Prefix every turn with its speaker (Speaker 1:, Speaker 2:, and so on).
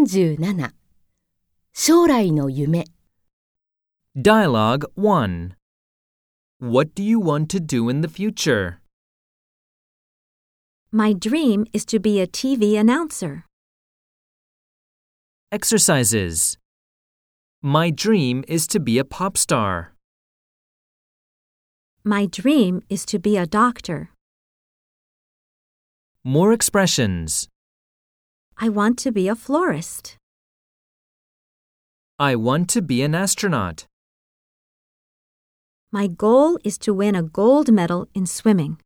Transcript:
Speaker 1: 37将来の夢
Speaker 2: Dialogue 1 What do you want to do in the future?
Speaker 3: My dream is to be a TV announcer.
Speaker 2: Exercises My dream is to be a pop star.
Speaker 3: My dream is to be a doctor.
Speaker 2: More expressions.
Speaker 3: I want to be a florist.
Speaker 2: I want to be an astronaut.
Speaker 3: My goal is to win a gold medal in swimming.